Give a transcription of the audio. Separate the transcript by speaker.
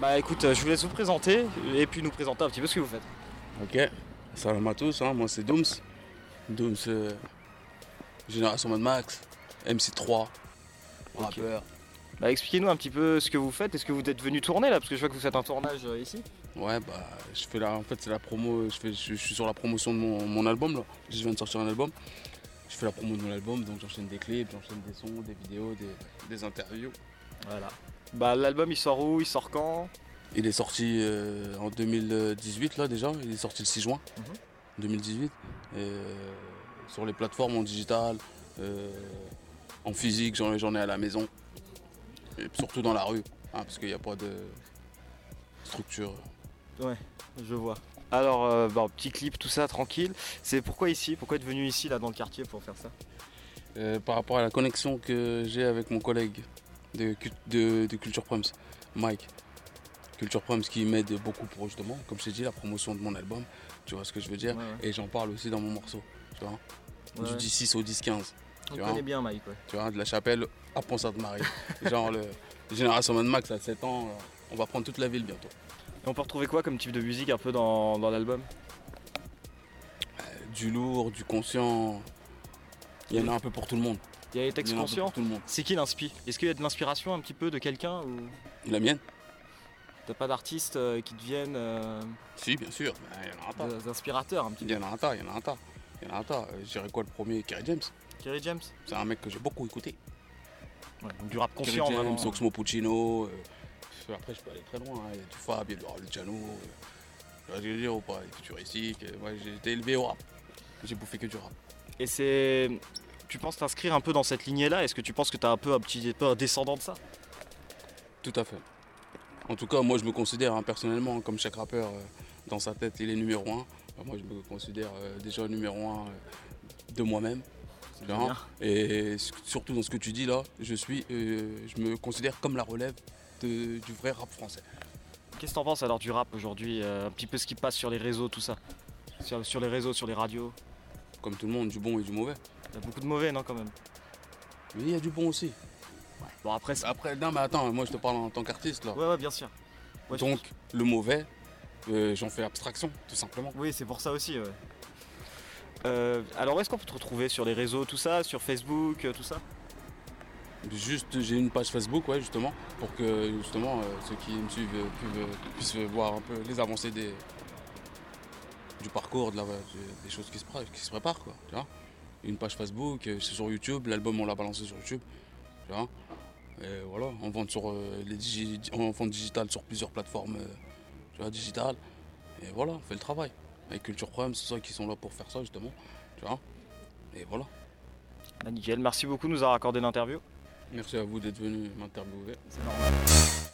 Speaker 1: Bah écoute, euh, je vous laisse vous présenter et puis nous présenter un petit peu ce que vous faites.
Speaker 2: Ok, salam à tous, hein, moi c'est Dooms. Dooms, euh, Génération Mad Max, MC3,
Speaker 1: Ah,
Speaker 2: rappeur.
Speaker 1: Bah expliquez-nous un petit peu ce que vous faites et ce que vous êtes venu tourner là, parce que je vois que vous faites un tournage euh, ici.
Speaker 2: Ouais, bah je fais la, en fait c'est la promo, je, fais, je, je suis sur la promotion de mon, mon album là. Je viens de sortir un album. Je fais la promo de mon album, donc j'enchaîne des clips, j'enchaîne des sons, des vidéos, des, des interviews.
Speaker 1: Voilà. Bah l'album il sort où Il sort quand
Speaker 2: Il est sorti euh, en 2018 là déjà, il est sorti le 6 juin
Speaker 1: Mhm.
Speaker 2: 2018. Et, euh, sur les plateformes en digital, euh, en physique, j'en j'en ai à la maison. Et surtout dans la rue, hein, parce qu'il n'y a pas de structure.
Speaker 1: Je vois. Alors, euh, bah, petit clip, tout ça, tranquille. C'est pourquoi ici Pourquoi être venu ici, là, dans le quartier, pour faire ça
Speaker 2: Euh, par rapport à la connexion que j'ai avec mon collègue de, cul- de- de Culture Proms, Mike. Culture Proms qui m'aide beaucoup pour justement, comme je t'ai dit, la promotion de mon album. Tu vois ce que je veux dire
Speaker 1: Ouais, ouais.
Speaker 2: Et j'en parle aussi dans mon morceau. Tu vois
Speaker 1: Ouais,
Speaker 2: Du
Speaker 1: ouais.
Speaker 2: 10-6 au 10-15.
Speaker 1: On
Speaker 2: tu
Speaker 1: connaît
Speaker 2: vois.
Speaker 1: bien Mike, ouais.
Speaker 2: tu vois, de la chapelle à pont sainte marie Genre le Génération Mad Max à 7 ans, euh, on va prendre toute la ville bientôt.
Speaker 1: Et on peut retrouver quoi comme type de musique un peu dans, dans l'album
Speaker 2: Euh, Du lourd, du conscient, il y en a un peu pour tout le monde.
Speaker 1: Il y a les
Speaker 2: Il y
Speaker 1: textes
Speaker 2: en a un peu
Speaker 1: conscients
Speaker 2: pour tout le monde.
Speaker 1: C'est qui l'inspire Est-ce qu'il y a de l'inspiration un petit peu de quelqu'un ou
Speaker 2: La mienne
Speaker 1: t'as pas d'artistes euh, qui deviennent euh,
Speaker 2: Si, bien sûr. Ben, Il y en a un tas.
Speaker 1: des inspirateurs un petit
Speaker 2: Il y en a un tas, il y en a un tas. Il y en a un tas. Euh, Je dirais quoi le premier Kerry James
Speaker 1: peu Kerry James
Speaker 2: C'est un mec que j'ai beaucoup écouté.
Speaker 1: ouais, donc Du rap
Speaker 2: Kerry
Speaker 1: conscient,
Speaker 2: James,
Speaker 1: vraiment.
Speaker 2: Oxmo Puccino. euh, Après, je peux aller très loin. hein. Il y a du Fab, il y a du Raoul Luciano. euh, Tu vois ce que je veux dire ou pas Il est futuristique. euh, Moi, j'ai été élevé au rap. J'ai bouffé que du rap.
Speaker 1: hein. Et c'est... Tu penses t'inscrire un peu dans cette lignée-là Est-ce que tu penses que t'as un peu un petit peu un descendant de ça
Speaker 2: Tout à fait. En tout cas, moi je me considère hein, personnellement, comme chaque rappeur, euh, dans sa tête, il est numéro un. Alors, moi je me considère euh, déjà numéro un euh, de moi-même.
Speaker 1: C'est
Speaker 2: Bien.
Speaker 1: bien.
Speaker 2: Et s- surtout dans ce que tu dis là, je suis, euh, je me considère comme la relève de- du vrai rap français.
Speaker 1: Qu'est-ce que t'en penses alors du rap aujourd'hui euh, Un petit peu ce qui passe sur les réseaux, tout ça sur, sur les réseaux, sur les radios.
Speaker 2: Comme tout le monde, du bon et du mauvais.
Speaker 1: Il y a beaucoup de mauvais, non, quand même
Speaker 2: Mais il y a du bon aussi.
Speaker 1: Bon, après, c'est...
Speaker 2: Après, non mais attends, moi je te parle en tant qu'artiste là.
Speaker 1: Ouais, ouais, bien sûr. ouais, je
Speaker 2: Bah, Donc le mauvais, euh, j'en fais abstraction, tout simplement.
Speaker 1: Oui, c'est pour ça aussi, ouais. Euh, alors, où est-ce qu'on peut te retrouver Sur les réseaux, tout ça Sur Facebook, euh, tout ça
Speaker 2: Juste, j'ai une page Facebook, ouais, justement, pour que justement euh, ceux qui me suivent euh, puissent, euh, puissent, euh, voir un peu les avancées des, du parcours, de la, de- des choses qui se, pré- qui se préparent, quoi. Tu vois une page Facebook, euh, c'est sur YouTube, l'album on l'a balancé sur YouTube, tu vois. Et voilà, on vend sur euh, les digi- on vend digital sur plusieurs plateformes, euh, tu vois, digitales. Et voilà, on fait le travail. Avec Culture Prime, c'est ça qui sont là pour faire ça justement, tu vois. Et voilà.
Speaker 1: Bah, nickel, merci beaucoup de nous avoir accordé l'interview.
Speaker 2: Merci à vous d'être venus m'interviewer.
Speaker 1: C'est normal.